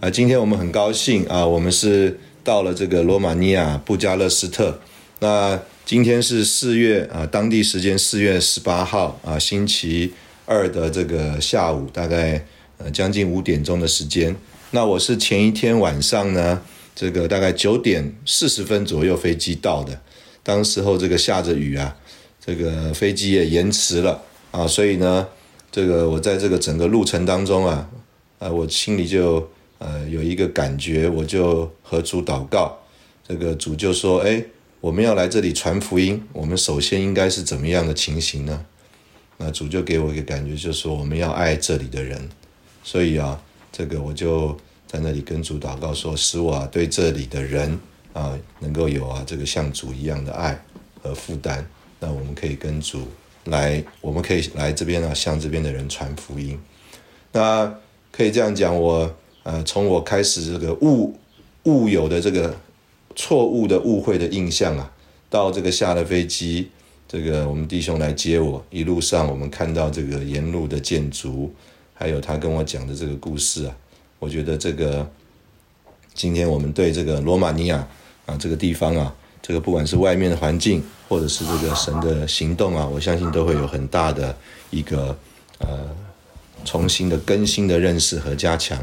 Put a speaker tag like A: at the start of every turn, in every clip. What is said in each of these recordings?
A: 啊，今天我们很高兴啊，我们是到了这个罗马尼亚布加勒斯特。那今天是四月啊，当地时间四月十八号啊，星期二的这个下午，大概呃将近五点钟的时间。那我是前一天晚上呢，这个大概九点四十分左右飞机到的。当时候这个下着雨啊，这个飞机也延迟了啊，所以呢，这个我在这个整个路程当中啊，呃，我心里就呃有一个感觉，我就和主祷告，这个主就说，哎，我们要来这里传福音，我们首先应该是怎么样的情形呢？那主就给我一个感觉，就是说我们要爱这里的人，所以啊，这个我就在那里跟主祷告说，使我啊对这里的人啊能够有啊这个像主一样的爱和负担，那我们可以跟主来，我们可以来这边啊向这边的人传福音。那可以这样讲，我呃从我开始这个误误有的这个错误的误会的印象啊，到这个下了飞机，这个我们弟兄来接我，一路上我们看到这个沿路的建筑，还有他跟我讲的这个故事啊，我觉得这个今天我们对这个罗马尼亚啊这个地方啊，这个不管是外面的环境，或者是这个神的行动啊，我相信都会有很大的一个呃重新的更新的认识和加强。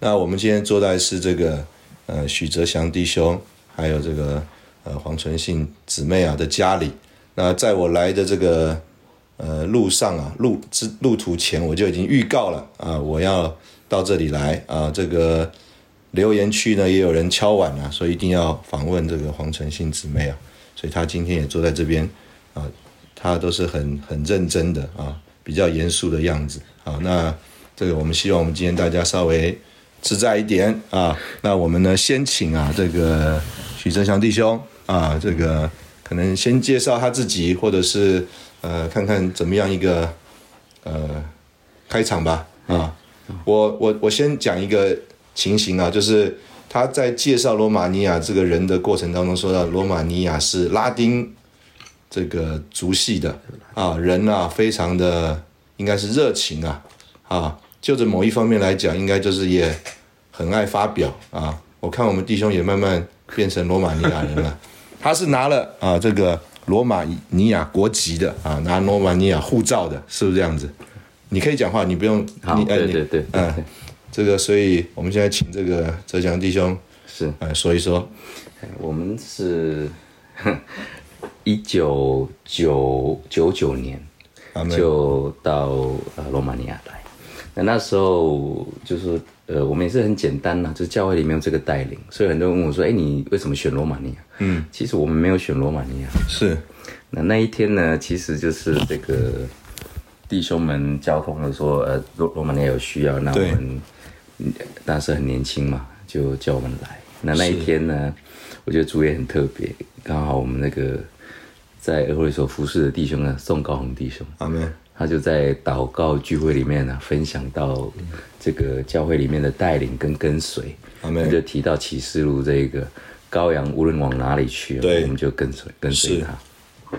A: 那我们今天坐在是这个呃许哲祥弟兄，还有这个呃黄纯信姊妹啊的家里。那在我来的这个呃路上啊路之路途前，我就已经预告了啊，我要到这里来啊。这个留言区呢也有人敲碗啊，所以一定要访问这个黄纯信姊妹啊。所以她今天也坐在这边啊，她都是很很认真的啊，比较严肃的样子啊。那这个我们希望我们今天大家稍微自在一点啊。那我们呢先请啊这个许正祥弟兄啊，这个可能先介绍他自己，或者是呃看看怎么样一个呃开场吧啊。我我我先讲一个情形啊，就是他在介绍罗马尼亚这个人的过程当中，说到罗马尼亚是拉丁这个族系的啊，人啊非常的应该是热情啊啊，就着某一方面来讲，应该就是也很爱发表啊。我看我们弟兄也慢慢变成罗马尼亚人了，他是拿了啊这个罗马尼亚国籍的啊，拿罗马尼亚护照的，是不是这样子？你可以讲话，你不用
B: 好
A: 你哎
B: 对
A: 你
B: 对对
A: 嗯，这个，所以我们现在请这个哲强弟兄
B: 是
A: 来说一说。
B: 我们是一九九九九年
A: 阿门
B: 就到呃罗马尼亚来，那那时候就是说呃我们也是很简单啦，就是教会里面有这个带领，所以很多人问我说，哎，你为什么选罗马尼亚？嗯，其实我们没有选罗马尼亚，
A: 是
B: 那那一天呢，其实就是这个弟兄们交通的说，呃，罗罗马尼亚有需要，那我
A: 对
B: 们嗯那时候很年轻嘛，就叫我们来。那那一天呢，我觉得主也很特别，刚好我们那个在俄会所服侍的弟兄呢，宋高宏弟兄，
A: 阿门，
B: 他就在祷告聚会里面呢、分享到这个教会里面的带领跟跟随，
A: 阿
B: 他就
A: 门，
B: 提到启示录这一个羔羊，无论往哪里去，
A: 对
B: 我们就跟随跟随
A: 是
B: 他。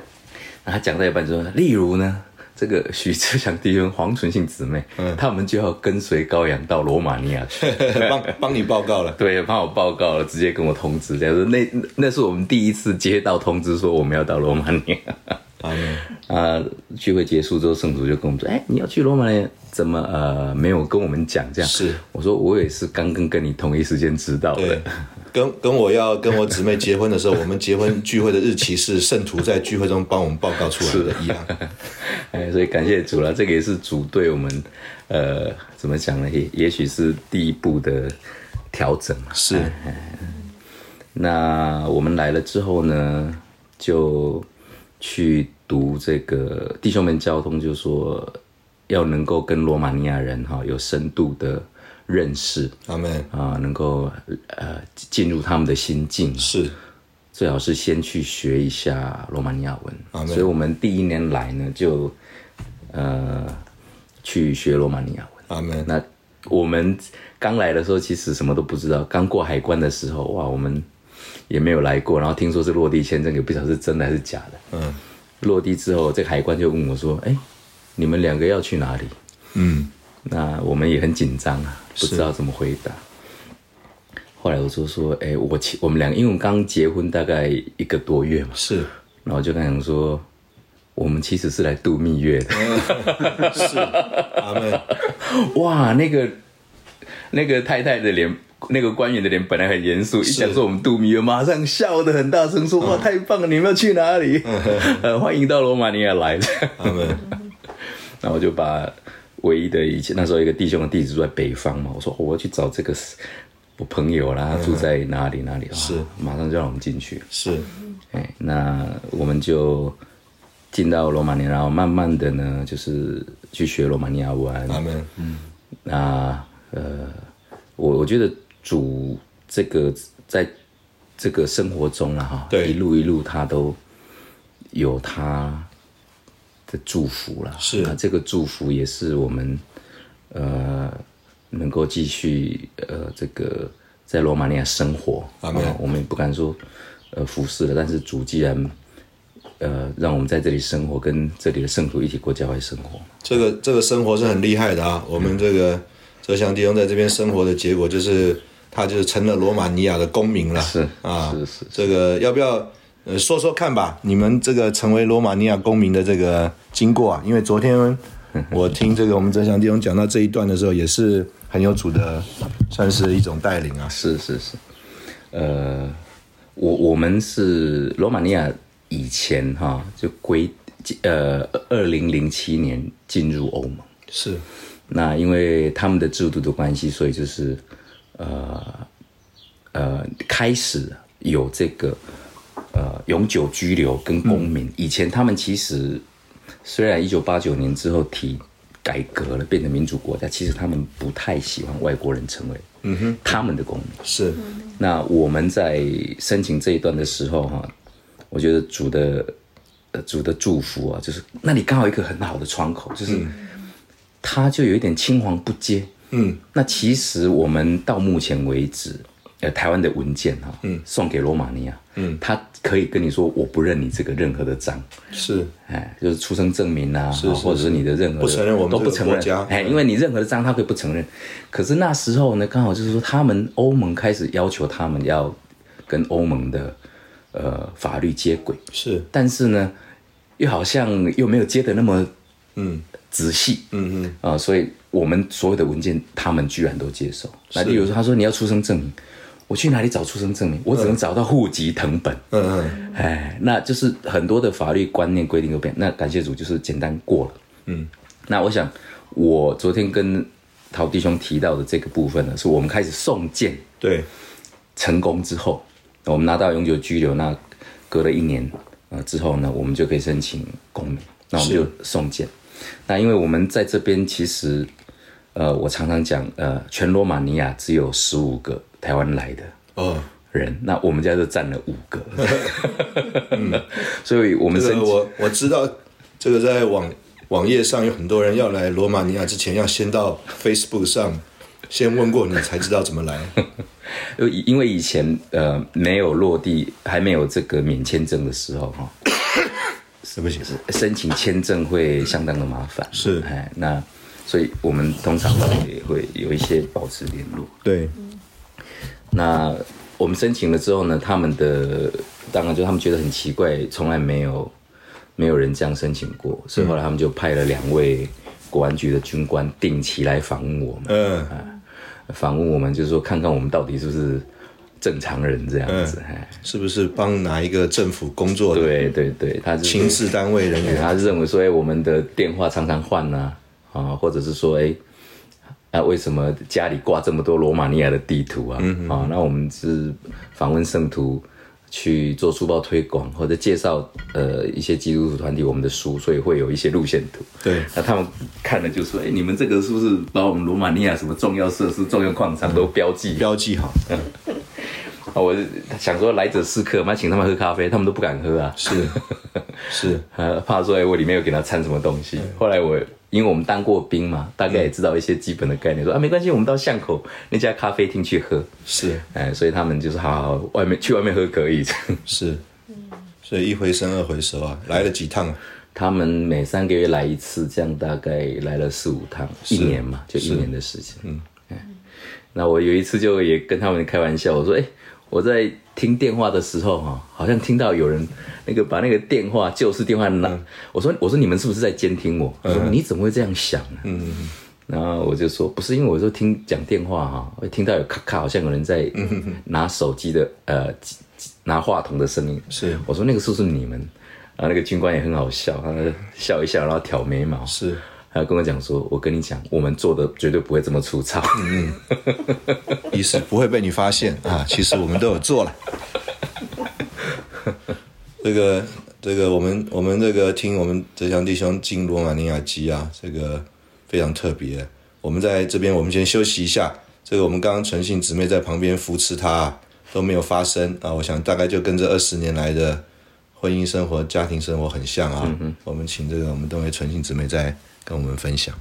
B: 那他讲到一半就说，例如呢，这个许志祥弟兄、黄纯信姊妹，
A: 嗯
B: 他们就要跟随羔羊到罗马尼亚去。
A: 帮帮你报告了。
B: 对，帮我报告了，直接跟我通知这样子。那那那是我们第一次接到通知说我们要到罗马尼亚。
A: 阿门，
B: 啊，聚会结束之后，圣主就跟我们说：“哎、你要去罗马呢？怎么呃没有跟我们讲？”这样
A: 是
B: 我说我也是刚刚跟你同一时间知道的
A: 对。跟跟我要跟我姊妹结婚的时候，我们结婚聚会的日期是圣徒在聚会中帮我们报告出来的一样。
B: 哎，所以感谢主了，这个也是主对我们，呃，怎么讲呢？也也许是第一步的调整嘛。
A: 是，
B: 那我们来了之后呢，就去读这个弟兄们交通，就说要能够跟罗马尼亚人哈、有深度的认识
A: 阿门。
B: 啊、能够呃进入他们的心境，
A: 是，
B: 最好是先去学一下罗马尼亚
A: 阿
B: 文。
A: 门
B: 所以我们第一年来呢，就呃去学罗马尼亚文。
A: 阿门。
B: 那我们刚来的时候，其实什么都不知道。刚过海关的时候，哇，我们也没有来过。然后听说是落地签证，也不晓得是真的还是假的。
A: 嗯
B: 落地之后，这个海关就问我说：“哎，你们两个要去哪里
A: 嗯，？”
B: 那我们也很紧张啊，不知道怎么回答。后来我就说：“哎，我其我们两个，因为我们刚结婚大概一个多月嘛，
A: 是
B: 然后我就跟他讲说，我们其实是来度蜜月的。”
A: 是，阿门。
B: 哇，那个那个太太的脸，那个官员的脸本来很严肃，一讲说我们度蜜月，马上笑得很大声，说哇太棒了，你们要去哪里？呃，欢迎到罗马尼亚来。
A: 阿门。
B: 然后我就把唯一的以前那时候一个弟兄的地址住在北方嘛，我说、哦我要去找这个我朋友啦，他住在哪里哪里，是马上就让我们进去。
A: 是
B: 哎，那我们就进到罗马尼亚，然后慢慢的呢，就是去学罗马尼亚文。
A: 阿门。
B: 那呃，我我觉得主这个在这个生活中了、哈，
A: 对
B: 一路一路他都有他的祝福了，
A: 是
B: 那这个祝福也是我们呃能够继续呃这个在罗马尼亚生活，
A: 阿们
B: 啊我们也不敢说呃服侍了，但是主既然呃让我们在这里生活，跟这里的圣徒一起过教会生活，
A: 这个这个生活是很厉害的啊！我们这个泽祥弟兄在这边生活的结果，就是他就是成了罗马尼亚的公民了。
B: 是
A: 啊，
B: 是是
A: 这个要不要呃说说看吧？你们这个成为罗马尼亚公民的这个经过啊？因为昨天我听这个我们泽祥弟兄讲到这一段的时候，也是很有主的，算是一种带领啊。
B: 是是是，呃，我我们是罗马尼亚以前哈、就归呃二零零七年进入欧盟，
A: 是
B: 那因为他们的制度的关系，所以就是呃呃开始有这个呃永久居留跟公民。以前他们其实虽然一九八九年之后提改革了，变成民主国家，其实他们不太喜欢外国人成为嗯哼他们的公民。
A: 是
B: 那我们在申请这一段的时候哈、我觉得主的呃主的祝福啊，就是那里刚好有一个很好的窗口，就是它就有一点青黄不接。嗯，那其实我们到目前为止，呃，台湾的文件哈、嗯，送给罗马尼亚，嗯，他可以跟你说我不认你这个任何的章，
A: 是
B: 哎，就是出生证明啊，
A: 是
B: 或者是你的任何的
A: 不承认我们
B: 都
A: 这个
B: 不承
A: 国
B: 认
A: 家嗯
B: 哎，因为你任何的章他可以不承认。可是那时候呢，刚好就是说他们欧盟开始要求他们要跟欧盟的呃法律接轨，
A: 是，
B: 但是呢，又好像又没有接的那么
A: 嗯
B: 仔细，
A: 嗯嗯，
B: 啊、所以我们所有的文件他们居然都接受。那例如说，他说你要出生证明，我去哪里找出生证明？我只能找到户籍成本。
A: 嗯嗯
B: 哎，那就是很多的法律观念规定都变。那感谢主，就是简单过了。
A: 嗯，
B: 那我想，我昨天跟陶弟兄提到的这个部分呢，是我们开始送件
A: 对，
B: 成功之后，我们拿到永久居留，那隔了一年呃之后呢，我们就可以申请公民，那我们就送件。那因为我们在这边其实，呃，我常常讲，呃，全罗马尼亚只有十五个台湾来的，
A: 哦。
B: 人，那我们家就占了五个， 所以我们
A: 这
B: 申
A: 个
B: 请
A: 我我知道，这个在网网页上有很多人要来罗马尼亚之前，要先到 Facebook 上先问过你，才知道怎么来。
B: 呃因为以前呃没有落地，还没有这个免签证的时候哈，
A: 对不起，
B: 申请签证会相当的麻烦，
A: 是
B: 哎，那所以我们通常会会有一些保持联络。
A: 对，
B: 那我们申请了之后呢，他们的当然就他们觉得很奇怪，从来没有没有人这样申请过，所以后来他们就派了两位国安局的军官定期来访问我们。
A: 嗯，
B: 访问我们，就是说看看我们到底是不是正常人这样子。哎
A: 是不是帮哪一个政府工作的
B: 对对对，他是
A: 情治单位人
B: 对
A: 员？
B: 他是认为说，哎，我们的电话常常换呐、啊，或者是说，哎，啊，为什么家里挂这么多罗马尼亚的地图啊？啊，那我们是访问圣徒，去做书报推广或者介绍呃一些基督徒团体我们的书，所以会有一些路线图。
A: 对，
B: 那他们看了就说，哎，你们这个是不是把我们罗马尼亚什么重要设施、重要矿场都标记？
A: 标记好，
B: 啊我是想说来者是客嘛，请他们喝咖啡，他们都不敢喝啊。
A: 是是，
B: 呃，怕说哎、我里面有给他掺什么东西。后来我因为我们当过兵嘛，大概也知道一些基本的概念，说啊没关系，我们到巷口那家咖啡厅去喝。
A: 是
B: 哎、所以他们就是好好好外面去外面喝可以。
A: 是，所以一回生二回熟啊，来了几趟啊？
B: 他们每三个月来一次，这样大概来了四五趟，一年嘛，就一年的时间。嗯，那我有一次就也跟他们开玩笑，我说：“哎、我在听电话的时候哈，好像听到有人那个把那个电话旧式电话拿，我说我说你们是不是在监听我？我说你怎么会这样想呢、嗯。然后我就说不是，因为我说听讲电话哈，会听到有咔咔，好像有人在拿手机的呃拿话筒的声音。
A: 是
B: 我说那个是不是你们？然后那个军官也很好笑，他笑一笑，然后挑眉毛，
A: 是
B: 他跟我讲说：“我跟你讲，我们做的绝对不会这么粗糙。
A: 嗯 意思不会被你发现啊。其实我们都有做了。这个这个，我们我们这个听我们德强弟兄进罗马尼亚籍啊，这个非常特别。我们在这边，我们先休息一下。这个我们刚刚纯信姊妹在旁边扶持她、都没有发生啊。我想大概就跟这二十年来的婚姻生活、家庭生活很像啊。我们请这个我们东为纯信姊妹再跟我们分享。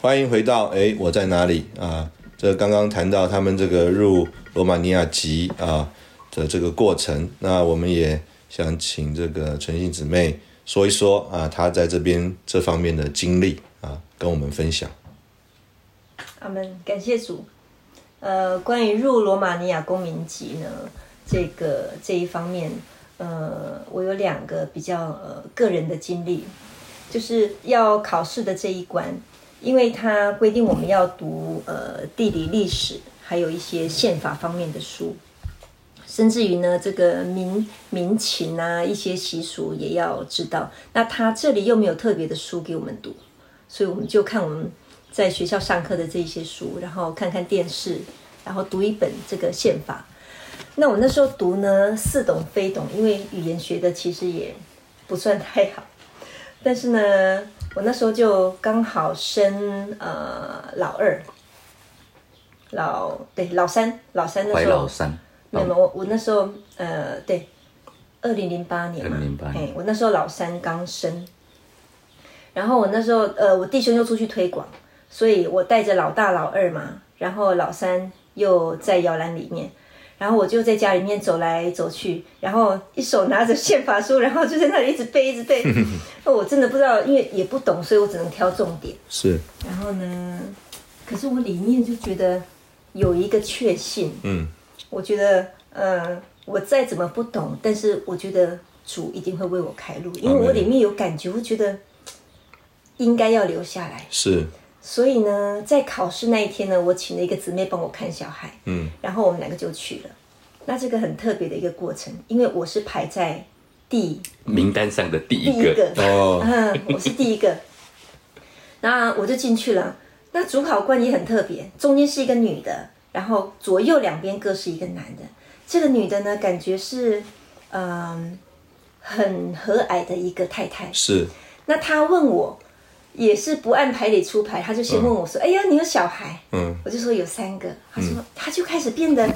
A: 欢迎回到哎，我在哪里啊？这刚刚谈到他们这个入罗马尼亚籍啊的这个过程，那我们也想请这个纯信姊妹说一说啊，她在这边这方面的经历啊，跟我们分享。
C: 阿门，感谢主。呃，关于入罗马尼亚公民籍呢，这个这一方面，呃，我有两个比较呃个人的经历，就是要考试的这一关，因为它规定我们要读呃地理、历史，还有一些宪法方面的书，甚至于呢这个民民情啊一些习俗也要知道。那他这里又没有特别的书给我们读，所以我们就看我们在学校上课的这一些书，然后看看电视，然后读一本这个宪法。那我那时候读呢，似懂非懂，因为语言学的其实也不算太好。但是呢，我那时候就刚好升呃老二，老对老三，老三”那
B: 怀
C: 时候
B: 老三，哦
C: 没有，没有我我那时候呃，对，二零零八年嘛，
B: 2008年
C: 嘿我那时候老三刚生，然后我那时候呃，我弟兄又出去推广，所以我带着老大老二嘛，然后老三又在摇篮里面，然后我就在家里面走来走去，然后一手拿着宪法书，然后就在那里一直背一直 背，那我真的不知道，因为也不懂，所以我只能挑重点。
A: 是
C: 然后呢，可是我里面就觉得有一个确信，
A: 嗯，
C: 我觉得，呃，我再怎么不懂，但是我觉得主一定会为我开路，因为我里面有感觉，我觉得嘖应该要留下来。
A: 是，
C: 所以呢，在考试那一天呢，我请了一个姊妹帮我看小孩，
A: 嗯，
C: 然后我们两个就去了。那这个很特别的一个过程，因为我是排在第
B: 名单上的第
C: 第
B: 一
C: 一
B: 个
C: 个，
A: 哦，
C: 嗯，我是第一个。那我就进去了。那主考官也很特别，中间是一个女的，然后左右两边各是一个男的。这个女的呢，感觉是嗯很和蔼的一个太太。
A: 是
C: 那她问我，也是不按牌理出牌，她就先问我说：“哎呀，你有小孩？”
A: 嗯，
C: 我就说有三个。她说，她就开始变得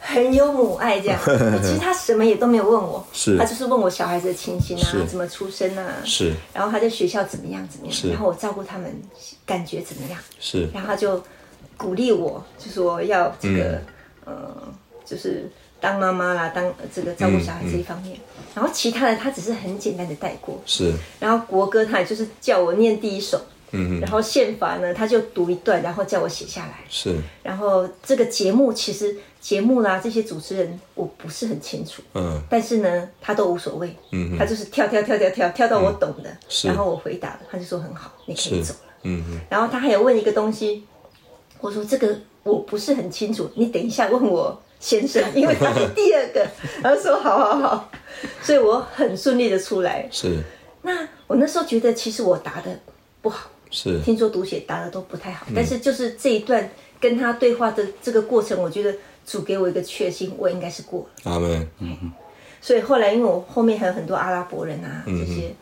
C: 很有母 爱这样。其实她什么也都没有问我，
A: 是
C: 她就是问我小孩子的情形啊
A: 是，
C: 怎么出生啊，
A: 是
C: 然后他在学校怎么样怎么样
A: 是，
C: 然后我照顾他们感觉怎么样，
A: 是
C: 然后他就鼓励我，就说要这个、呃，就是当妈妈啦，当呃这个照顾小孩这一方面。然后其他的他只是很简单的带过，
A: 是
C: 然后国歌他也就是叫我念第一首，嗯，然后宪法呢，他就读一段，然后叫我写下来。
A: 是，
C: 然后这个节目其实节目啦，这些主持人我不是很清楚，
A: 嗯，
C: 但是呢，他都无所谓，嗯，他就是跳跳跳跳跳跳到我懂的，
A: 嗯是
C: 然后我回答了，他就说很好，你可以
A: 是
C: 走了。
A: 嗯哼，
C: 然后他还有问一个东西，我说这个我不是很清楚，你等一下问我先生，因为他是第二 个。然后说好好好，所以我很顺利的出来。
A: 是
C: 那我那时候觉得其实我答的不好，
A: 是
C: 听说读写答的都不太
A: 嗯
C: 好，但是就是这一段跟他对话的这个过程，我觉得主给我一个确信，我应该是过了。
A: 阿门，
C: 所以后来因为我后面还有很多阿拉伯人啊，这些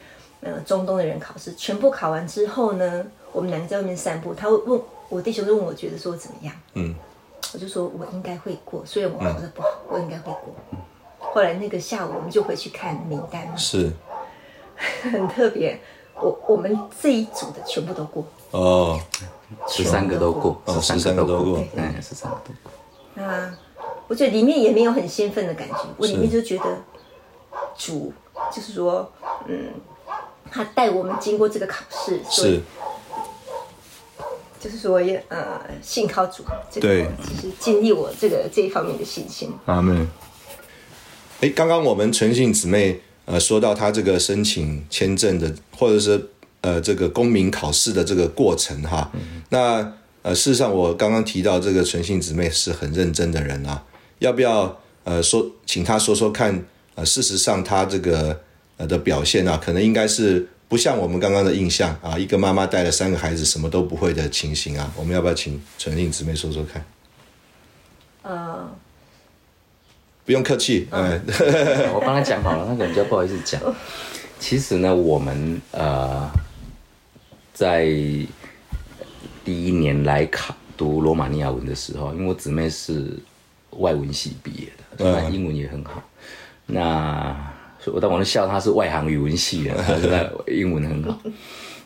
C: 呃中东的人考试，全部考完之后呢，我们两个在外面散步，他会问我弟兄就问我觉得说怎么样，
A: 嗯，
C: 我就说我应该会过，虽然我考的不好，我应该会过。后来那个下午我们就回去看名单嘛，
A: 是
C: 很特别。我我们这一组的全部都过，
A: 哦，
B: 十三个都过，
A: 哦
B: 13
A: 13个都过
B: 哎，十三个都过，
C: 那我觉得里面也没有很兴奋的感觉，我里面就觉得主就是说，嗯，他带我们经过这个考试，所以
A: 是
C: 就是说也呃信靠主，这个
A: 对
C: 就是建立我这个这一方面的信心。
A: 阿门。哎，刚刚我们陈信姊妹呃说到她这个申请签证的，或者是呃这个公民考试的这个过程哈，那呃事实上我刚刚提到这个陈信姊妹是很认真的人啊，要不要呃说请她说说看？呃，事实上她这个呃的表现啊，可能应该是不像我们刚刚的印象啊，一个妈妈带了三个孩子什么都不会的情形啊，我们要不要请陈信姊妹说说看？
C: 呃，
A: 不用客气，哎、
B: 我帮他讲好了，他可能比较不好意思讲。其实呢，我们呃，在第一年来考读罗马尼亚文的时候，因为我姊妹是外文系毕业的，所以她英文也很好。那所以我当我都笑她是外行语文系的，但是她英文很好。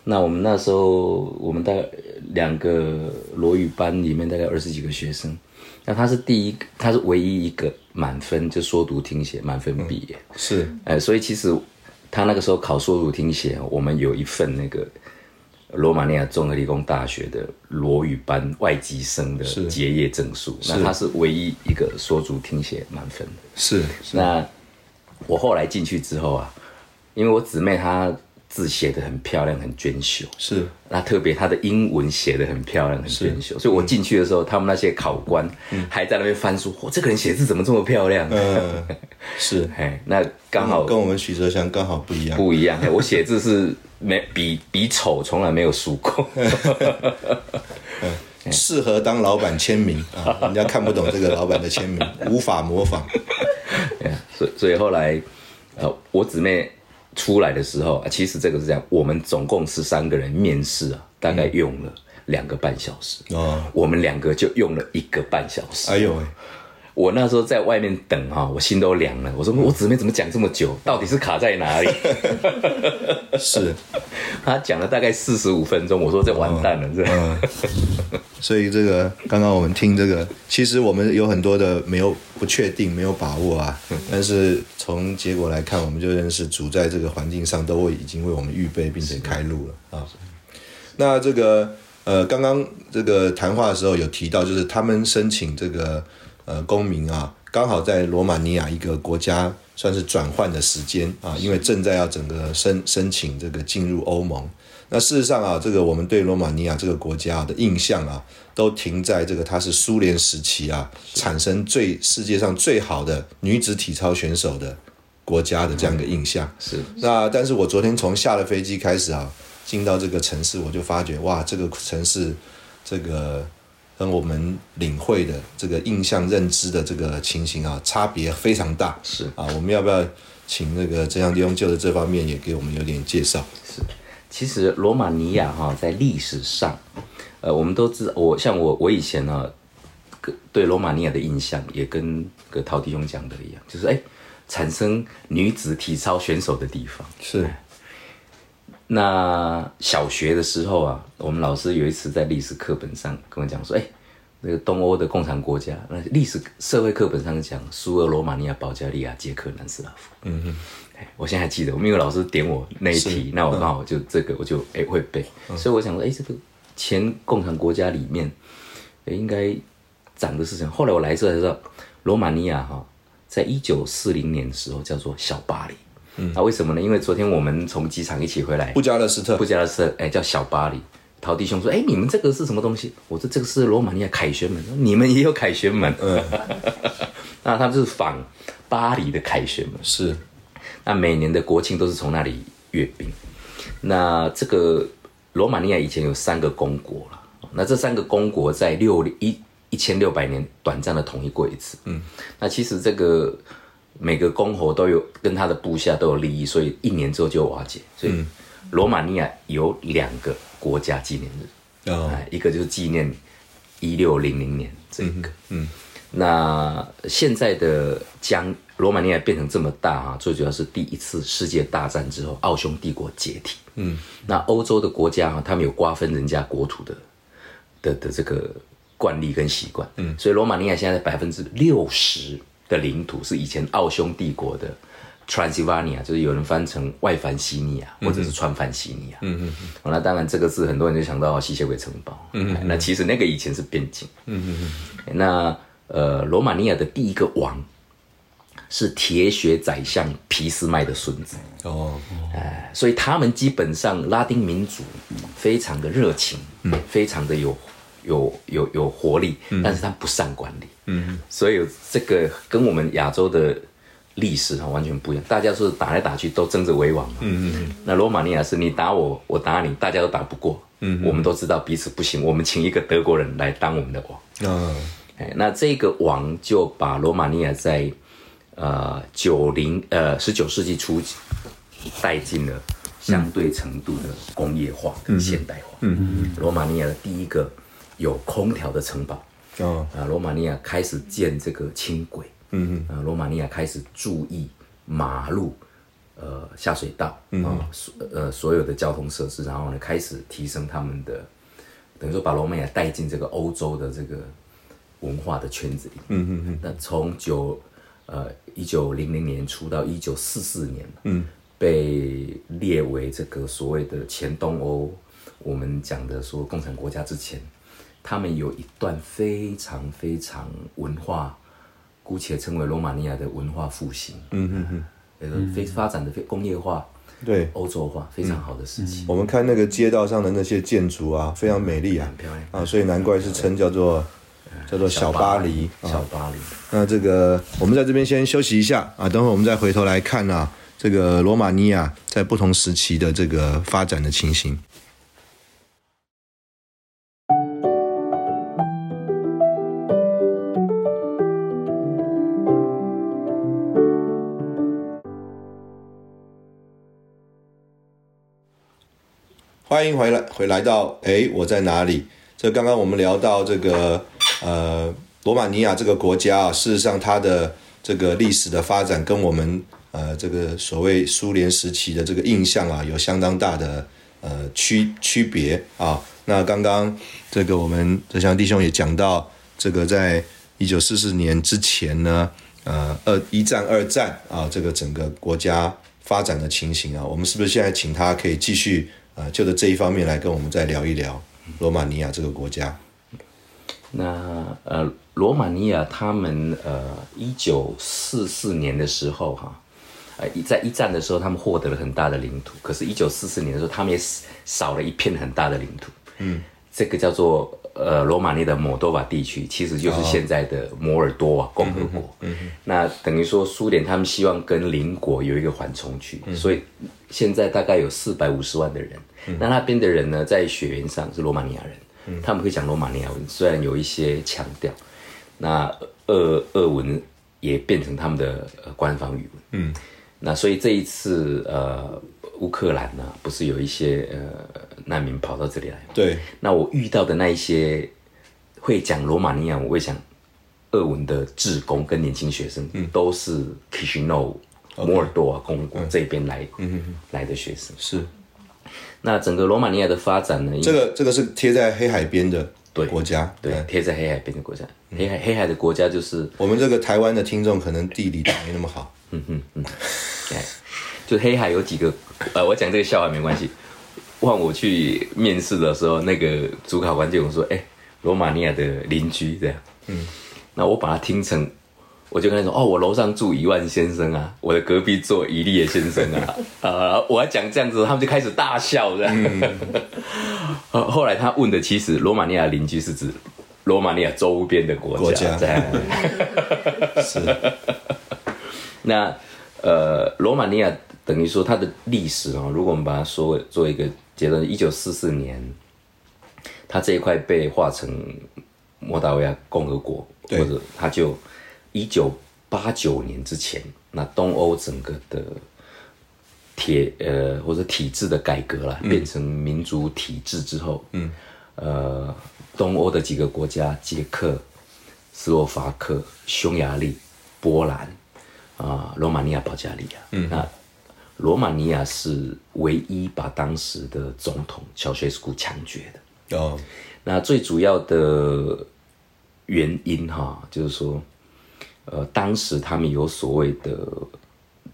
B: 那我们那时候，我们大概两个罗语班里面大概二十几个学生，那他是第一个，他是唯一一个满分，就说读听写满分毕业。
A: 是
B: 呃，所以其实他那个时候考说读听写，我们有一份那个罗马尼亚综合理工大学的罗语班外籍生的结业证书，那他是唯一一个说读听写满分的。
A: 是
B: 那我后来进去之后啊，因为我姊妹她字写的很漂亮，很娟秀，
A: 是
B: 那特别她的英文写的很漂亮，很娟秀，
A: 嗯
B: 所以我进去的时候，他们那些考官还在那边翻书，哇，这个人写字怎么这么漂亮？
A: 嗯，是，
B: 哎，那刚好
A: 跟我们许哲祥刚好不一样。
B: 不一样， 哎我写字是没比比丑从来没有输过。嗯
A: 适合当老板签名啊，人家看不懂这个老板的签名，无法模仿。
B: 对啊所以所以后来，呃，我姊妹出来的时候，啊其实这个是这样，我们总共十三个人面试啊，大概用了两个半小时，
A: 哦，
B: 我们两个就用了一个半小时。
A: 哎呦喂，
B: 我那时候在外面等哈、我心都凉了，我说我姊妹怎么讲这么久，到底是卡在哪里？
A: 是，
B: 她讲了大概四十五分钟，我说这完蛋了，这、
A: 所以这个刚刚我们听这个，其实我们有很多的没有不确定、没有把握啊，但是从结果来看，我们就认识主在这个环境上都会已经为我们预备并且开路了啊。那这个呃，刚刚这个谈话的时候有提到，就是他们申请这个呃公民啊，刚好在罗马尼亚一个国家算是转换的时间啊，因为正在要整个申申请这个进入欧盟。那事实上啊，这个我们对罗马尼亚这个国家的印象啊，都停在这个它是苏联时期啊产生最世界上最好的女子体操选手的国家的这样一个印象。
B: 是
A: 那但是我昨天从下了飞机开始啊，进到这个城市，我就发觉哇，这个城市这个跟我们领会的这个印象认知的这个情形啊，差别非常大。
B: 是
A: 啊，我们要不要请那个真相弟兄就的这方面也给我们有点介绍？
B: 其实罗马尼亚哈、在历史上，呃，我们都知道，我像我我以前呢、跟对罗马尼亚的印象也跟个陶弟兄讲的一样，就是哎，产生女子体操选手的地方。
A: 是
B: 那小学的时候啊，我们老师有一次在历史课本上跟我讲说，哎，那个东欧的共产国家，那历史社会课本上讲苏俄、罗马尼亚、保加利亚、捷克、南斯拉夫。嗯嗯，我现在还记得，我们有个老师点我那一题，那我刚好就这个我就哎、会背，所以我想说，哎、这个前共产国家里面，哎应该长的是什么？后来我来这才知道，罗马尼亚哈、在一九四零年的时候叫做小巴黎。嗯，啊，为什么呢？因为昨天我们从机场一起回来，
A: 布加勒斯特
B: 布，加勒斯特，哎、叫小巴黎。陶弟兄说：“哎、你们这个是什么东西？”我说：“这个是罗马尼亚凯旋门。”说你们也有凯旋门？嗯， 那他们就是仿巴黎的凯旋门。
A: 是
B: 那每年的国庆都是从那里阅兵。那这个罗马尼亚以前有三个公国了，那这三个公国在六一一千六百年短暂的统一过一次。嗯，那其实这个每个公侯都有跟他的部下都有利益，所以一年之后就瓦解。所以罗马尼亚有两个国家纪念日。
A: 哦
B: 哎，一个就是纪念一六零零年这个，嗯那现在的将罗马尼亚变成这么大啊，最主要是第一次世界大战之后，奥匈帝国解体，嗯，那欧洲的国家啊，他们有瓜分人家国土的的的这个惯例跟习惯，嗯，所以罗马尼亚现在百分之六十的领土是以前奥匈帝国的 Transylvania，就是有人翻成外凡西尼亚或者是川凡西尼亚，嗯嗯嗯，好，那当然这个字很多人就想到吸血鬼城堡，嗯那其实那个以前是边境，嗯嗯，那呃，罗马尼亚的第一个王是铁血宰相皮斯麦的孙子，
A: 哦，
B: 所以他们基本上拉丁民族非常的热情，非常的有有有有活力，但是他不善管理，嗯，所以这个跟我们亚洲的历史啊完全不一样，大家是打来打去都争着为王嘛，嗯嗯，那罗马尼亚是你打我，我打你，大家都打不过，嗯，我们都知道彼此不行，我们请一个德国人来当我们的王，
A: 那
B: 哎，那这个王就把罗马尼亚在呃九零呃十九世纪初带进了相对程度的工业化跟现代化。嗯嗯，罗马尼亚的第一个有空调的城堡，
A: 哦，
B: 啊，罗马尼亚开始建这个轻轨，嗯嗯，啊，罗马尼亚开始注意马路，呃，下水道，嗯、啊，所呃所有的交通设施，然后呢，开始提升他们的，等于说把罗马尼亚带进这个欧洲的这个文化的圈子里，嗯嗯嗯，那从九呃一九零零年初到一九四四年，嗯，被列为这个所谓的前东欧，我们讲的说共产国家之前。他们有一段非常非常文化，姑且称为罗马尼亚的文化复兴，嗯嗯嗯，呃，非发展的非工业化、
A: 对，
B: 欧洲化非常好的事情。
A: 我们看那个街道上的那些建筑啊，非常美丽啊，
B: 漂亮
A: 啊，所以难怪是称叫做叫做小巴黎啊。
B: 小巴黎，
A: 那这个我们在这边先休息一下啊，等会儿我们再回头来看啊，这个罗马尼亚在不同时期的这个发展的情形。欢迎回来，回来到诶，我在哪里？这刚刚我们聊到这个呃，罗马尼亚这个国家啊，事实上它的这个历史的发展跟我们呃这个所谓苏联时期的这个印象啊，有相当大的呃区区别啊。那刚刚这个我们哲祥弟兄也讲到，这个在一九四四年之前呢，呃，二一战、二战啊，这个整个国家发展的情形啊，我们是不是现在请他可以继续呃，就着这一方面来跟我们再聊一聊罗马尼亚这个国家？
B: 那呃，罗马尼亚他们呃，一九四四年的时候哈、呃，一在一战的时候，他们获得了很大的领土，可是，一九四四年的时候，他们也少少了一片很大的领土。嗯，这个叫做呃罗马尼亚的摩多瓦地区，其实就是现在的摩尔多瓦共和国。哦嗯那等于说，苏联他们希望跟邻国有一个缓冲区，所以现在大概有四百五十万的人。那那边的人呢，在血缘上是罗马尼亚人，他们会讲罗马尼亚文，虽然有一些腔调。那俄俄文也变成他们的、呃、官方语文。嗯，那所以这一次呃，乌克兰呢、不是有一些呃难民跑到这里来吗？
A: 对，
B: 那我遇到的那一些会讲罗马尼亚文、会讲俄文的志工跟年轻学生，都是 Kishinev、摩尔多瓦共和国这边来、来的学生。
A: 是
B: 那整个罗马尼亚的发展呢？
A: 这个这个是贴在黑海边的
B: 对
A: 国家。呃
B: 对，贴在黑海边的国家，黑海黑海的国家就是，
A: 我们这个台湾的听众可能地理没那么好，
B: 哎，就黑海有几个，呃，我讲这个笑话没关系。换我去面试的时候，那个主考官就跟我说，哎、罗马尼亚的邻居这样，嗯，那我把它听成，我就跟他说，哦，我楼上住一万先生啊，我的隔壁坐一列先生啊， 啊，我要讲这样子，他们就开始大笑这样。
A: 嗯
B: 后 后来他问的其实罗马尼亚邻居是指罗马尼亚周边的国家，
A: 国家
B: 这样。
A: 是
B: 那呃，罗马尼亚等于说它的历史哦，如果我们把它说做一个结论，一九四四年，它这一块被划成摩达维亚共和国，或
A: 对
B: 者它就一九八九年之前，那东欧整个的铁呃或者体制的改革啦，变成民主体制之后，嗯，呃，东欧的几个国家，捷克、斯洛伐克、匈牙利、波兰啊、罗马尼亚、保加利亚，嗯，那罗马尼亚是唯一把当时的总统乔学斯库枪决的。
A: 哦，
B: 那最主要的原因哈，就是说，呃，当时他们有所谓的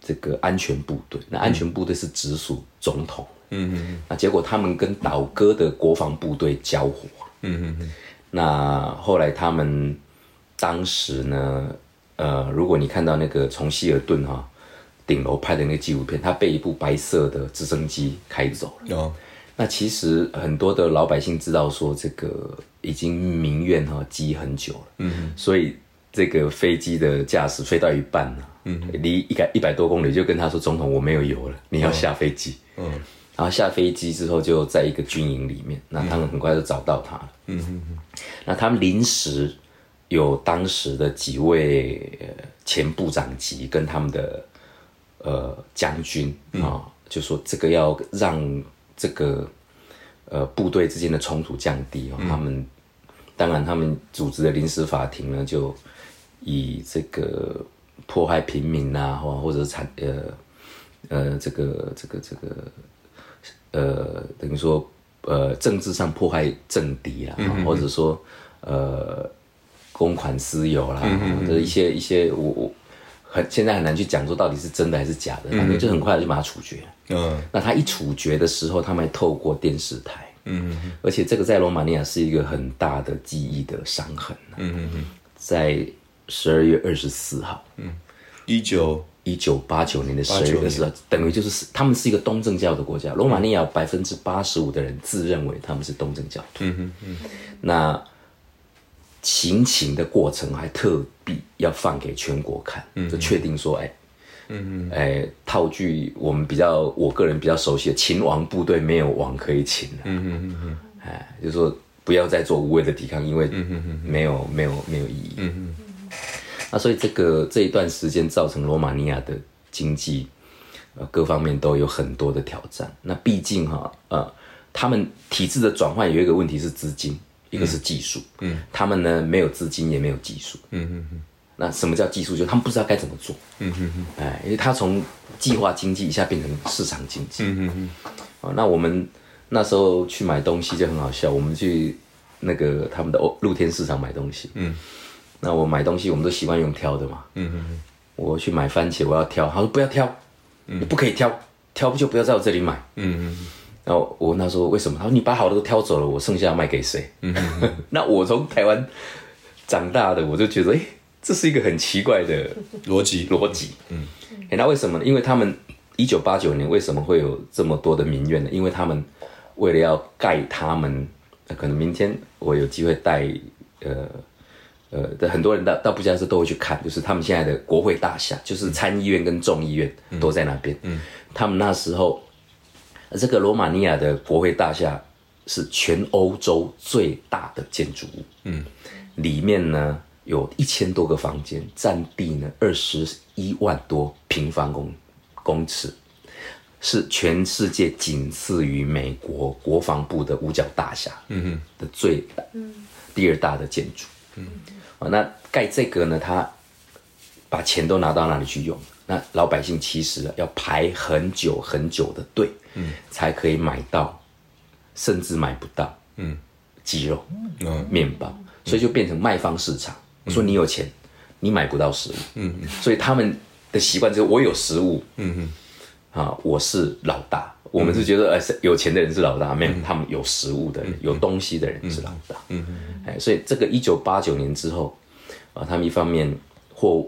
B: 这个安全部队，那安全部队是直属总统，嗯嗯，那结果他们跟倒戈的国防部队交火，嗯嗯嗯，那后来他们当时呢，呃，如果你看到那个从希尔顿哈、顶楼拍的那个纪录片，他被一部白色的直升机开走了。
A: 哦，
B: 那其实很多的老百姓知道说这个已经民怨哈、积很久了，嗯，所以这个飞机的驾驶飞到一半呢、嗯，离一百一百多公里就跟他说总统我没有油了，你要下飞机，哦嗯，然后下飞机之后就在一个军营里面，那他们很快就找到他了，嗯那他们临时有当时的几位呃前部长级跟他们的呃将军啊、就说这个要让这个呃部队之间的冲突降低哦，他们当然他们组织的临时法庭呢，就以这个迫害平民啊，或或者是产呃呃这个这个这个呃等于说呃政治上迫害政敌啦，或者说呃公款私有啦，或者一些一些我我。很现在很难去讲说到底是真的还是假的，反正就很快就把它处决了。
A: 嗯，
B: 那他一处决的时候，他们还透过电视台，嗯，而且这个在罗马尼亚是一个很大的记忆的伤痕、嗯嗯嗯，在十二月二十四号，
A: 一九
B: 一九八九年的十二月
A: 89
B: 二十四号，等于就是是他们是一个东正教的国家，罗马尼亚百分之八十五的人自认为他们是东正教徒，嗯嗯那行刑的过程还特地要放给全国看，就确定说，哎。哎，套句我们比较我个人比较熟悉的，秦王部队没有王可以擒了、嗯嗯嗯嗯，哎，就是说不要再做无谓的抵抗，因为没有、没有没有意义。嗯嗯。那所以这个这一段时间造成罗马尼亚的经济呃各方面都有很多的挑战。那毕竟哈、呃，他们体制的转换有一个问题是资金，一个是技术。嗯。他们呢没有资金也没有技术。嗯嗯嗯。那什么叫技术？就他们不知道该怎么做。哎，因为它从计划经济一下变成市场经济。嗯嗯嗯。啊，那我们那时候去买东西就很好笑，我们去那个他们的哦露天市场买东西。嗯。那我买东西，我们都习惯用挑的嘛。嗯嗯嗯。我去买番茄，我要挑，他说不要挑，你不可以挑，挑就不要在我这里买。嗯嗯。然后我问他说为什么？他说你把好的都挑走了，我剩下卖给谁？嗯 那我从台湾长大的，我就觉得，哎、这是一个很奇怪的
A: 逻辑，
B: 逻辑。嗯，诶那为什么呢？因为他们一九八九年为什么会有这么多的民怨呢？因为他们为了要盖他们，呃可能明天我有机会带呃呃，但很多人到到布加斯都会去看，就是他们现在的国会大厦，就是参议院跟众议院都在那边。嗯，他们那时候呃这个罗马尼亚的国会大厦是全欧洲最大的建筑物。嗯，里面呢有一千多个房间，占地呢二十一万多平方公公尺，是全世界仅次于美国国防部的五角大厦，嗯的最大，第二大的建筑，嗯，啊，那盖这个呢，他把钱都拿到那里去用，那老百姓其实要排很久很久的队，嗯，才可以买到，甚至买不到，嗯，鸡肉、面包，所以就变成卖方市场。我说你有钱，你买不到食物，嗯，所以他们的习惯就是我有食物，嗯嗯，啊，我是老大。我们是觉得，呃，是有钱的人是老大，没有，他们有食物的人、有东西的人是老大。嗯哎，所以这个一九八九年之后，啊，他们一方面货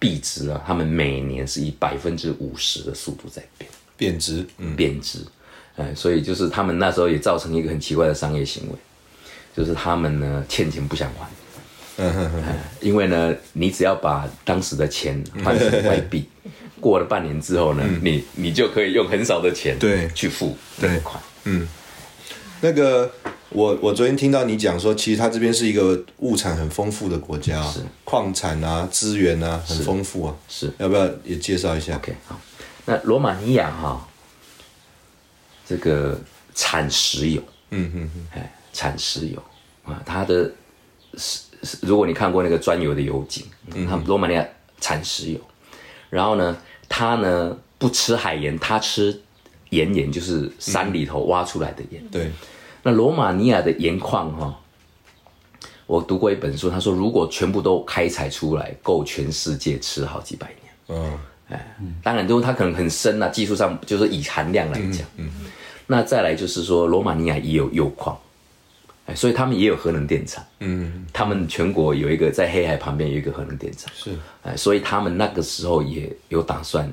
B: 币值啊，他们每年是以百分之五十的速度在变。
A: 贬值，嗯，
B: 贬值，哎，所以就是他们那时候也造成一个很奇怪的商业行为，就是他们呢欠钱不想还，
A: 嗯
B: 哎因为呢你只要把当时的钱
A: 嗯
B: 换成外 币，过了半年之后呢，你你就可以用很少的钱
A: 对
B: 去付那个款，
A: 那个，我我昨天听到你讲说，其实它这边是一个物产很丰富的国家、
B: 是
A: 矿产啊、资源啊很丰富啊，
B: 是
A: 要不要也介绍一下
B: OK，好，那罗马尼亚哈、这个产石油，嗯嗯嗯，哎，产石油啊，它的是是如果你看过那个专油的油井，它罗马尼亚产石油，然后呢，它呢不吃海盐，它吃盐盐，就是山里头挖出来的盐。
A: 对，
B: 那罗马尼亚的盐矿哈、我读过一本书，他说如果全部都开采出来，够全世界吃好几百年。
A: 嗯，
B: 当然，就是它可能很深啊，技术上就是以含量来讲。嗯，那再来就是说，罗马尼亚也有铀矿，哎，所以他们也有核能电厂。嗯，他们全国有一个在黑海旁边有一个核能电厂。
A: 是，
B: 哎，所以他们那个时候也有打算，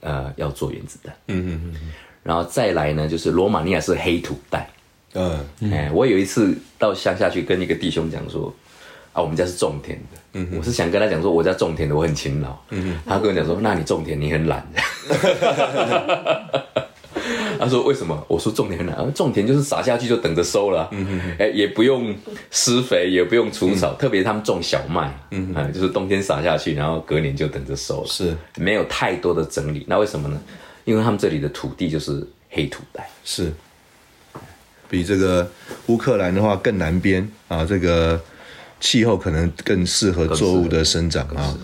B: 呃，要做原子弹。嗯嗯嗯。然后再来呢，就是罗马尼亚是黑土带。
A: 嗯，
B: 哎，我有一次到乡下去跟一个弟兄讲说，啊，我们家是种田的。
A: 嗯
B: 我是想跟他讲说，我家种田的，我很勤劳。他跟我讲说，那你种田你很懒。 他说为什么？我说种田很难，啊种田就是撒下去就等着收了啊、
A: 嗯
B: 哎、也不用施肥，也不用除草，特别他们种小麦，嗯、啊，就是冬天撒下去，然后隔年就等着收了，
A: 是
B: 没有太多的整理。那为什么呢？因为他们这里的土地就是黑土带，
A: 是，比这个乌克兰的话更南边啊，这个气候可能更适合作物的生长啊。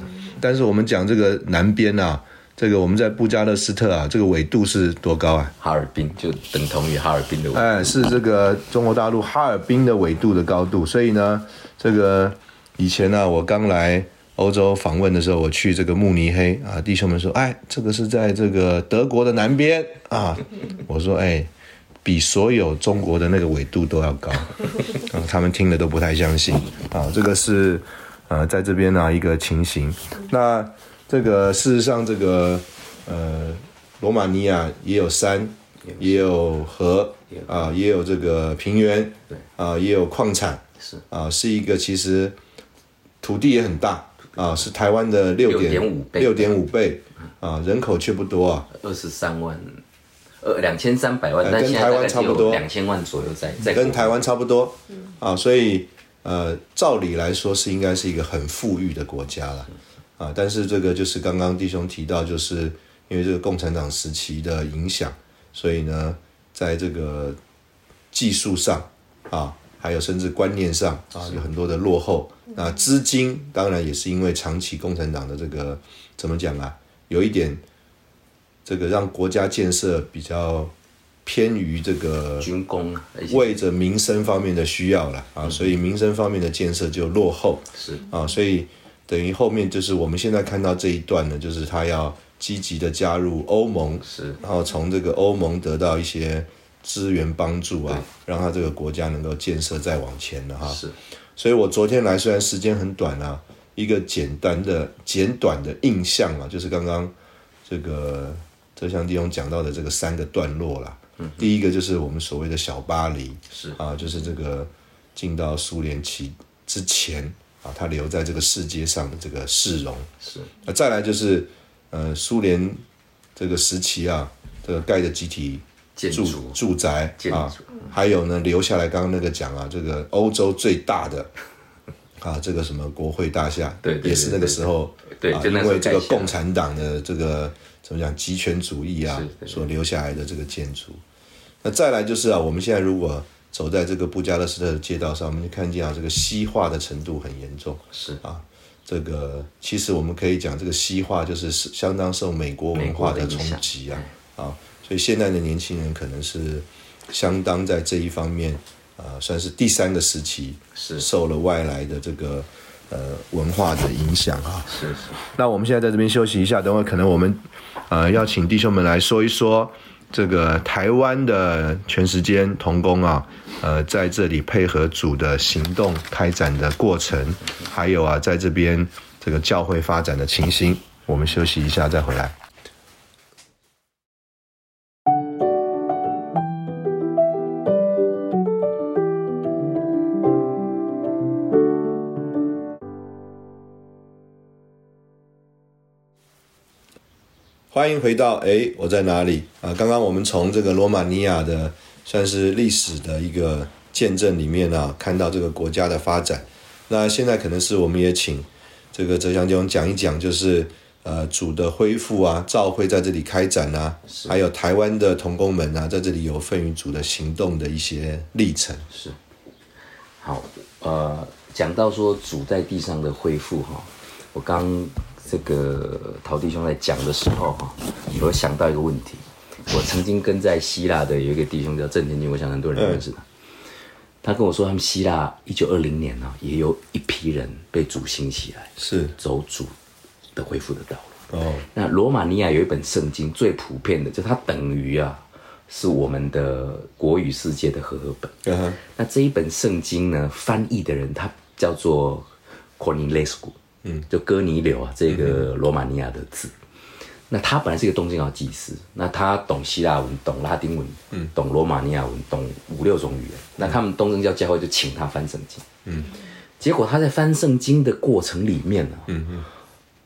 A: 但是我们讲这个南边啊，这个我们在布加勒斯特啊，这个纬度是多高啊？
B: 哈尔滨就等同于哈尔滨的我。
A: 哎，是这个中国大陆哈尔滨的纬度的高度，所以呢，这个以前呢、我刚来欧洲访问的时候，我去这个慕尼黑啊，弟兄们说，哎，这个是在这个德国的南边啊，我说，哎，比所有中国的那个纬度都要高， 啊，他们听了都不太相信啊，这个是呃，在这边呢、一个情形，那这个事实上这个呃。罗马尼亚也有山，也有河啊，也有这个平原，
B: 对
A: 啊，也有矿产，
B: 是
A: 啊，是一个其实土地也很大啊，是台湾的六点
B: 6.5倍
A: 六点五倍啊，人口却不多啊，
B: 二十三万，呃，两千三百万，
A: 呃
B: 但
A: 跟
B: 现在
A: 台
B: 大
A: 湾
B: 概
A: 差不多
B: 两千万左右在在
A: 跟
B: 国
A: 台湾差不多啊，所以呃，照理来说是应该是一个很富裕的国家了啊，但是这个就是刚刚弟兄提到，就是因为这个共产党时期的影响，所以呢，在这个技术上啊，还有甚至观念上啊，有很多的落后。那资金当然也是因为长期共产党的这个怎么讲啊，有一点这个让国家建设比较偏于这个
B: 军工啊，一些
A: 为着民生方面的需要了啊，所以民生方面的建设就落后
B: 是
A: 啊，所以等于后面就是我们现在看到这一段呢，就是他要积极的加入欧盟，
B: 是
A: 然后从这个欧盟得到一些资源帮助啊，让他这个国家能够建设再往前了哈。
B: 是
A: 所以我昨天来虽然时间很短啊，一个简单的简短的印象啊，就是刚刚这个哲祥弟兄讲到的这个三个段落啦。第一个就是我们所谓的小巴黎，
B: 是
A: 啊，就是这个进到苏联期之前啊，他留在这个世界上的这个市容。
B: 是
A: 那再来就是呃，苏联这个时期啊，这个盖的集体
B: 建
A: 住
B: 筑
A: 住宅
B: 建筑
A: 啊，还有呢，留下来刚刚那个讲啊，这个欧洲最大的啊，这个什么国会大厦，
B: 对对对
A: 也是那个时候，
B: 对
A: 啊，
B: 就那时
A: 因
B: 候
A: 为这个
B: 盖起来
A: 共产党的这个怎么讲集权主义啊
B: 是对，对
A: 所留下来的这个建筑。那再来就是啊，我们现在如果走在这个布加勒斯特的街道上，我们就看见啊，这个西化的程度很严重。
B: 是
A: 啊，这个其实我们可以讲，这个西化就是是相当受美国文化的冲击啊啊，所以现在的年轻人可能是相当在这一方面呃，算是第三个时期，
B: 是
A: 受了外来的这个呃文化的影响啊。
B: 是是，
A: 那我们现在在这边休息一下，等会可能我们呃要请弟兄们来说一说这个台湾的全时间童工啊，呃，在这里配合主的行动开展的过程，还有啊，在这边这个教会发展的情形。我们休息一下再回来。欢迎回到诶，我在哪里啊？刚刚我们从这个罗马尼亚的算是历史的一个见证里面啊，看到这个国家的发展。那现在可能是我们也请这个哲祥弟兄讲一讲，就是呃主的恢复啊，教会在这里开展啊，还有台湾的童工们啊，在这里有份于主的行动的一些历程。
B: 好，呃，讲到说主在地上的恢复哈，我刚这个陶弟兄在讲的时候哈，我想到一个问题，我曾经跟在希腊的有一个弟兄叫郑天君，我想很多人认识他，他跟我说他们希腊一九二零年呢，也有一批人被主兴起来，
A: 是
B: 走主的恢复的道路。
A: 哦，
B: 那罗马尼亚有一本圣经最普遍的，就它等于啊，是我们的国语世界的和合本。
A: 嗯哼，
B: 那这一本圣经呢，翻译的人他叫做 Cornilescu，嗯，就哥尼流啊，这个罗马尼亚的字。那他本来是一个东正教祭司，那他懂希腊文，懂拉丁文，嗯，懂罗马尼亚文，懂五六种语言。那他们东正教教会就请他翻圣经，嗯，结果他在翻圣经的过程里面呢、嗯嗯，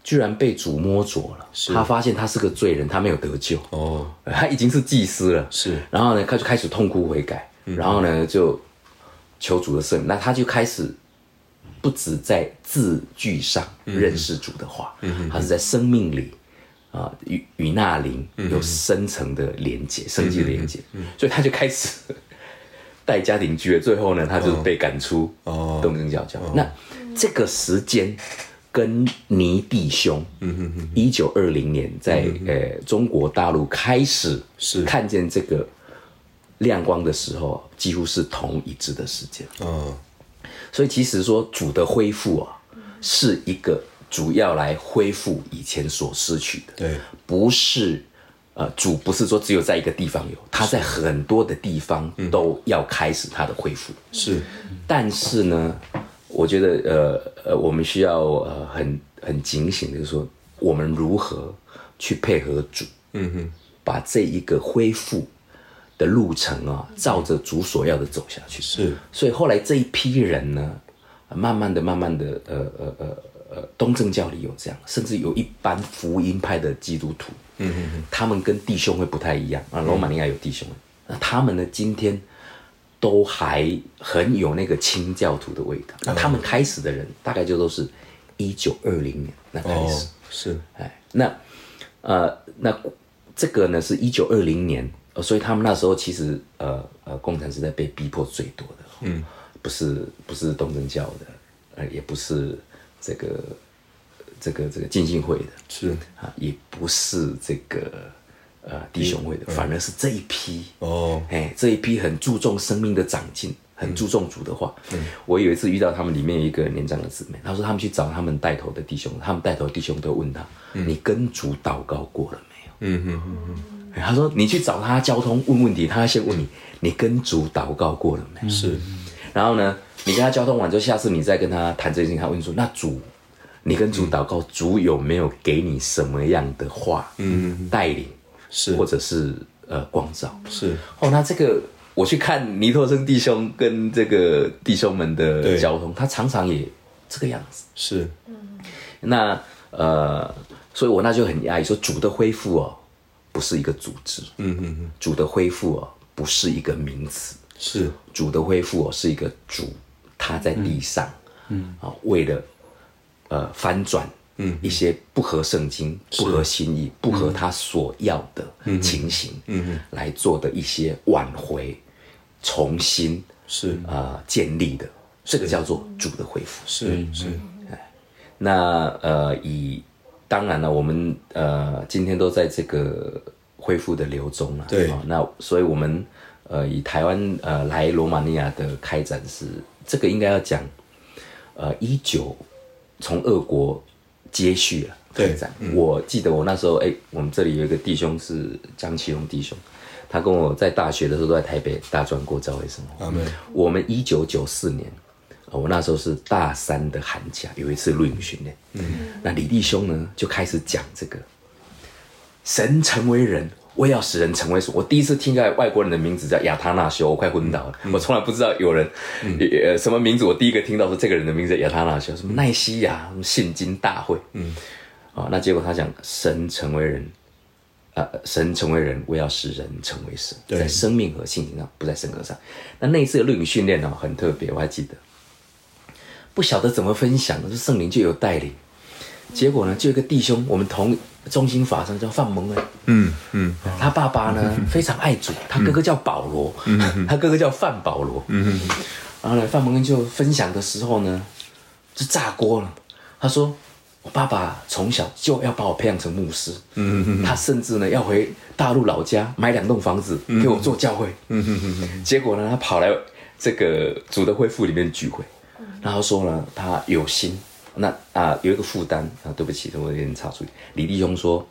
B: 居然被主摸着了，他发现他是个罪人，他没有得救，
A: 哦，
B: 他已经是祭司了，
A: 是
B: 然后呢，他就开始痛哭悔改，
A: 嗯
B: 然后呢就求主的圣，那他就开始不止在字句上
A: 嗯
B: 认识主的话，他是在生命里啊、与与那灵
A: 嗯
B: 有深层的连接，生际的连接，所以他就开始带家庭聚会，最后呢，他就是被赶出
A: 哦
B: 东正教教。那这个时间。跟尼弟兄，
A: 嗯
B: 一九二零年在呃中国大陆开始
A: 是
B: 看见这个亮光的时候，几乎是同一致的时间。
A: 哦，
B: 所以其实说主的恢复啊，是一个主要来恢复以前所失去的，
A: 对，
B: 不是呃主不是说只有在一个地方有，他在很多的地方都要开始他的恢复。
A: 是
B: 但是呢，我觉得呃呃，我们需要呃很很警醒，就是说我们如何去配合主，嗯哼，把这一个恢复的路程啊，照着主所要的走下去。
A: 是，
B: 所以后来这一批人呢，呃慢慢的、慢慢的，呃呃呃呃，东正教里有这样，甚至有一般福音派的基督徒，嗯嗯，他们跟弟兄会不太一样啊，罗马尼亚有弟兄会，那他们呢，今天都还很有那个清教徒的味道。那他们开始的人，大概就都是一九二零年那开始，
A: 哦，是
B: 哎，那呃，那这个呢是一九二零年、呃所以他们那时候其实呃呃，共产时代被逼迫最多的，嗯，不是不是东正教的，呃，也不是这个这个这个浸信会的
A: 是，
B: 啊，也不是这个呃弟兄会的，反而是这一批
A: 嗯哦，
B: 哎，这一批很注重生命的长进，很注重主的话。
A: 嗯
B: 我有一次遇到他们里面有一个年长的姊妹，她说他们去找他们带头的弟兄，他们带头的弟兄都问他：“你跟主祷告过了没有？”
A: 嗯嗯嗯
B: 哎他说：“你去找他交通问问题，他先问你，你跟主祷告过了没有？”
A: 是，
B: 然后呢，你跟他交通完之后，下次你再跟他谈这件事情，他问说：“那主，你跟主祷告，主有没有给你什么样的话？嗯，带领
A: 是
B: 或者是呃光照？”
A: 是，
B: 哦，那这个我去看尼托生弟兄跟这个弟兄们的
A: 对
B: 交通，他常常也这个样子。
A: 是，
B: 那呃，所以我那就很讶异，说主的恢复哦，不是一个组织，嗯嗯嗯，主的恢复哦，不是一个名词，
A: 是，
B: 主的恢复哦，是一个主他在地上，嗯啊、为了呃翻转。嗯，一些不合圣经、不合心意、不合他所要的情形，嗯嗯，来做的一些挽回、重新
A: 是，
B: 呃建立的，这个叫做主的恢复。嗯
A: 是，是，
B: 那呃，以当然了，我们呃今天都在这个恢复的流中了，
A: 对
B: 哦那所以我们呃，以台湾呃来罗马尼亚的开展是这个应该要讲，呃，一九从俄国接续了
A: 对
B: 开展。我记得我那时候，哎、我们这里有一个弟兄是江启荣弟兄，他跟我在大学的时候都在台北大专过教会生活。
A: 阿门，
B: 我们一九九四年，呃我那时候是大三的寒假，有一次露营训练。嗯，那李弟兄呢就开始讲这个，神成为人，我也要使人成为神。我第一次听到外国人的名字叫亚他那修，我快昏倒了。我从来不知道有人、呃什么名字，我第一个听到说这个人的名字叫亚他那修，什么奈西亚，什么信经大会。嗯，啊、那结果他讲神成为人。呃，神成为人，我要使人成为神，
A: 对
B: 在生命和性情上，不在神格上。那那一次的录影训练呢、哦很特别，我还记得，不晓得怎么分享，就圣灵就有带领。结果呢，就有一个弟兄，我们同中心法上叫范蒙恩，
A: 嗯嗯，
B: 他爸爸呢非常爱主，他哥哥叫保罗，
A: 嗯
B: 他哥哥叫范保罗。然后呢，范蒙恩就分享的时候呢，就炸锅了。他说：“我爸爸从小就要把我培养成牧师，他甚至呢要回大陆老家买两栋房子给我做教会。结果呢，他跑来这个主的恢复里面聚会，然后说呢，他有心，那啊、有一个负担啊，对不起，我有点插出去。李弟兄说，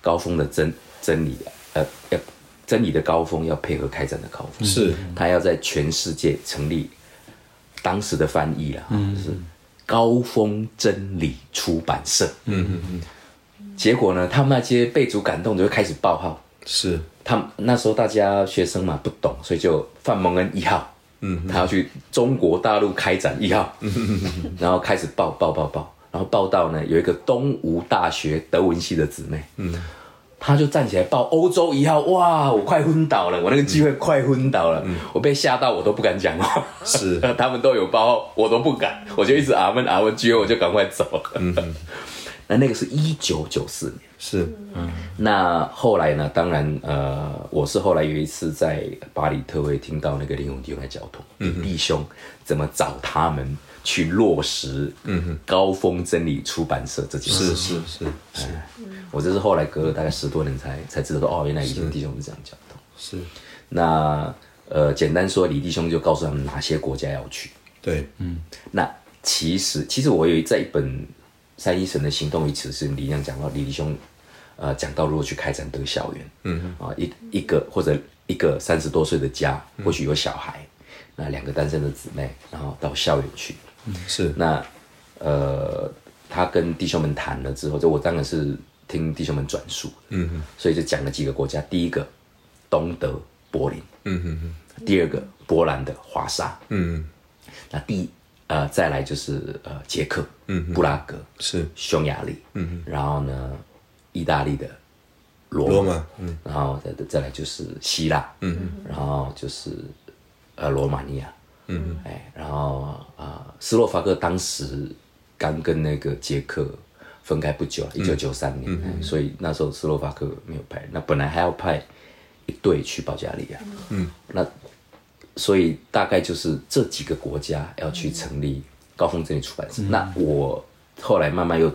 B: 高峰的真真理，呃，要真理的高峰要配合开展的高峰，
A: 是
B: 他要在全世界成立当时的翻译啦，就是高峰真理出版社。嗯嗯嗯。结果呢，他们那些被主感动的就开始报号，
A: 是，
B: 他们那时候大家学生嘛不懂，所以就范蒙恩一号，嗯，他要去中国大陆开展一号，然后开始报报报报，然后报到呢有一个东吴大学德文系的姊妹，嗯，她就站起来报欧洲一号，哇，我快昏倒了，我那个机会快昏倒了，我被吓到我都不敢讲话，
A: 是
B: 他们都有报，我都不敢，我就一直阿问阿问，居然我就赶快走了，
A: 嗯
B: 那那个是一九九四年。
A: 是，
B: 那后来呢？当然，呃，我是后来有一次在巴黎特会听到那个林永弟兄在交通，
A: 嗯
B: 弟兄怎么找他们去落实高峰真理出版社这件事
A: 嗯是
B: 情。
A: 是是是
B: 我这是后来隔了大概十多年才才知道说，哦，原来以前弟兄是这样交通。
A: 是，
B: 那呃，简单说，李弟兄就告诉他们哪些国家要去。
A: 对，
B: 嗯那其实，其实我有在一本《三一神的行动与此事》里面讲到李弟兄，呃，讲到如何去开展这个校园，嗯啊，一一个或者一个三十多岁的家，或许有小孩，那两个单身的姊妹，然后到校园去，
A: 是
B: 那呃，他跟弟兄们谈了之后，就我当然是听弟兄们转述，嗯，所以就讲了几个国家，第一个东德柏林，嗯哼哼，第二个波兰的华沙，
A: 嗯
B: 那第呃再来就是呃捷克，嗯，布拉格，
A: 是
B: 匈牙利，嗯，然后呢，意大利的罗
A: 罗马，嗯
B: 然后再再来就是希腊，嗯，然后就是呃罗马尼亚，嗯，哎，然后啊、呃斯洛伐克当时刚跟那个捷克分开不久，啊一九九三年、哎所以那时候斯洛伐克没有派，那本来还要派一队去保加利亚，嗯，那所以大概就是这几个国家要去成立高峰真理出版社。
A: 嗯
B: 那我后来慢慢又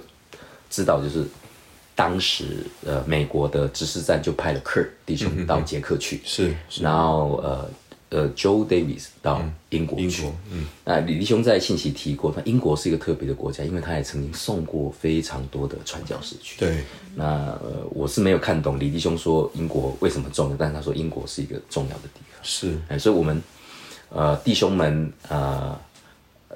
B: 知道，就是当时呃美国的知识站就派了 Kurt 弟兄到捷克去，
A: 是
B: 然后呃呃 Joe Davis 到英国
A: 英
B: 去。
A: 国，嗯
B: 那李弟兄在信息提过，他英国是一个特别的国家，因为他也曾经送过非常多的传教士去。
A: 对，
B: 那呃我是没有看懂李弟兄说英国为什么重要，但是他说英国是一个重要的地方。
A: 是
B: 哎，所以我们呃弟兄们呃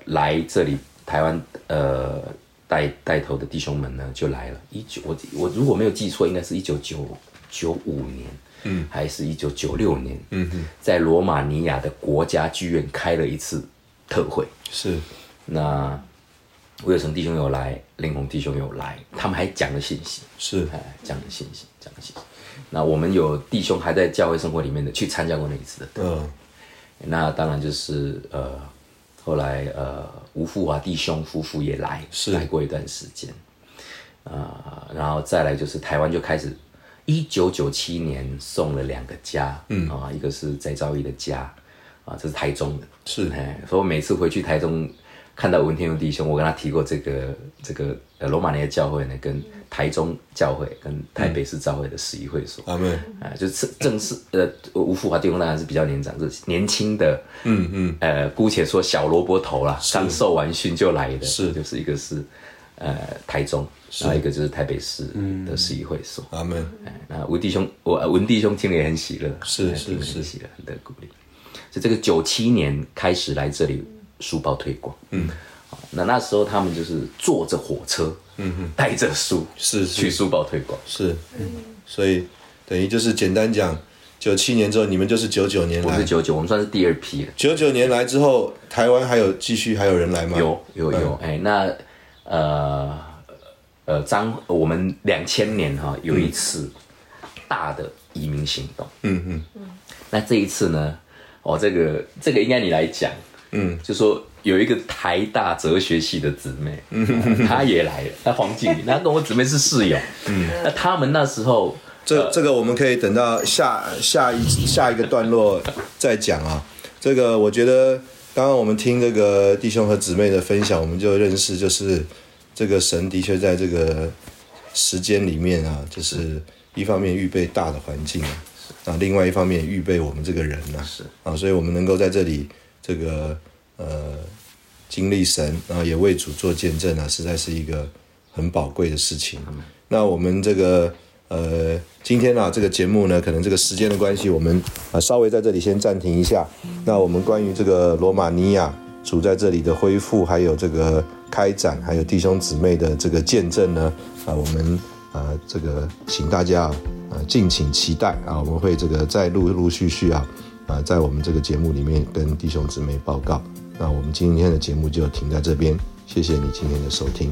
B: 来这里台湾呃带带头的弟兄们呢就来了，一九我我如果没有记错，应该是一九九九五年，嗯，还是一九九六年，嗯哼，在罗马尼亚的国家剧院开了一次特会，
A: 是
B: 那魏有成弟兄有来，林宏弟兄有来，他们还讲了信息，
A: 是
B: 哎，讲了信息，讲了信息。那我们有弟兄还在教会生活里面的去参加过那一次的特会
A: 嗯
B: 那当然就是呃，后来呃，吴富华弟兄夫妇也来，
A: 是
B: 来过一段时间，啊、然后再来就是台湾就开始，一九九七年送了两个家，嗯啊、一个是翟兆义的家，啊、这是台中的，
A: 是
B: 哎，所以我每次回去台中看到文天佑弟兄，我跟他提过这个这个呃罗马尼亚教会呢，跟台中教会跟台北市教会的十一会所，
A: 阿门，
B: 啊，就是正式呃，吴富华弟兄当然是比较年长，是年轻的，嗯嗯，呃，姑且说小萝卜头啦，刚受完训就来的，
A: 是
B: 就是一个是呃台中，然后一个就是嗯台北市的市议会所。
A: 阿门，
B: 哎那吴弟兄，我呃文弟兄听了也很喜乐，
A: 是
B: 哎
A: 是
B: 听了
A: 是
B: 很喜乐，很得鼓励。所以这个九七年开始来这里书包推广，嗯，那那时候他们就是坐着火车，嗯嗯，带着书
A: 是是
B: 去书包推广，
A: 是，所以等于就是简单讲，九七年之后你们就是九九年
B: 我们
A: 来
B: 是，九九，我们算是第二批了。
A: 九九年来之后，台湾还有继续还有人来吗？
B: 有有有，哎、那呃呃，张我们两千年哈、有一次大的移民行动，嗯嗯那这一次呢，哦，这个这个应该你来讲，嗯，就说有一个台大哲学系的姊妹，嗯， 她也来了，那黄静怡，那跟我姊妹是室友，嗯，那他们那时候。
A: 这这个我们可以等到下下一下一个段落再讲啊。这个我觉得，刚刚我们听这个弟兄和姊妹的分享，我们就认识，就是这个神的确在这个时间里面啊，就是一方面预备大的环境啊，啊，另外一方面也预备我们这个人啊，
B: 是
A: 啊，所以我们能够在这里这个呃经历神，然后也为主做见证啊，实在是一个很宝贵的事情。那我们这个呃，今天啊这个节目呢，可能这个时间的关系，我们啊、稍微在这里先暂停一下。那我们关于这个罗马尼亚主在这里的恢复，还有这个开展，还有弟兄姊妹的这个见证呢，啊、我们啊、这个请大家啊、呃敬请期待啊，我们会这个再陆陆续续啊啊、在我们这个节目里面跟弟兄姊妹报告。那我们今天的节目就停在这边，谢谢你今天的收听。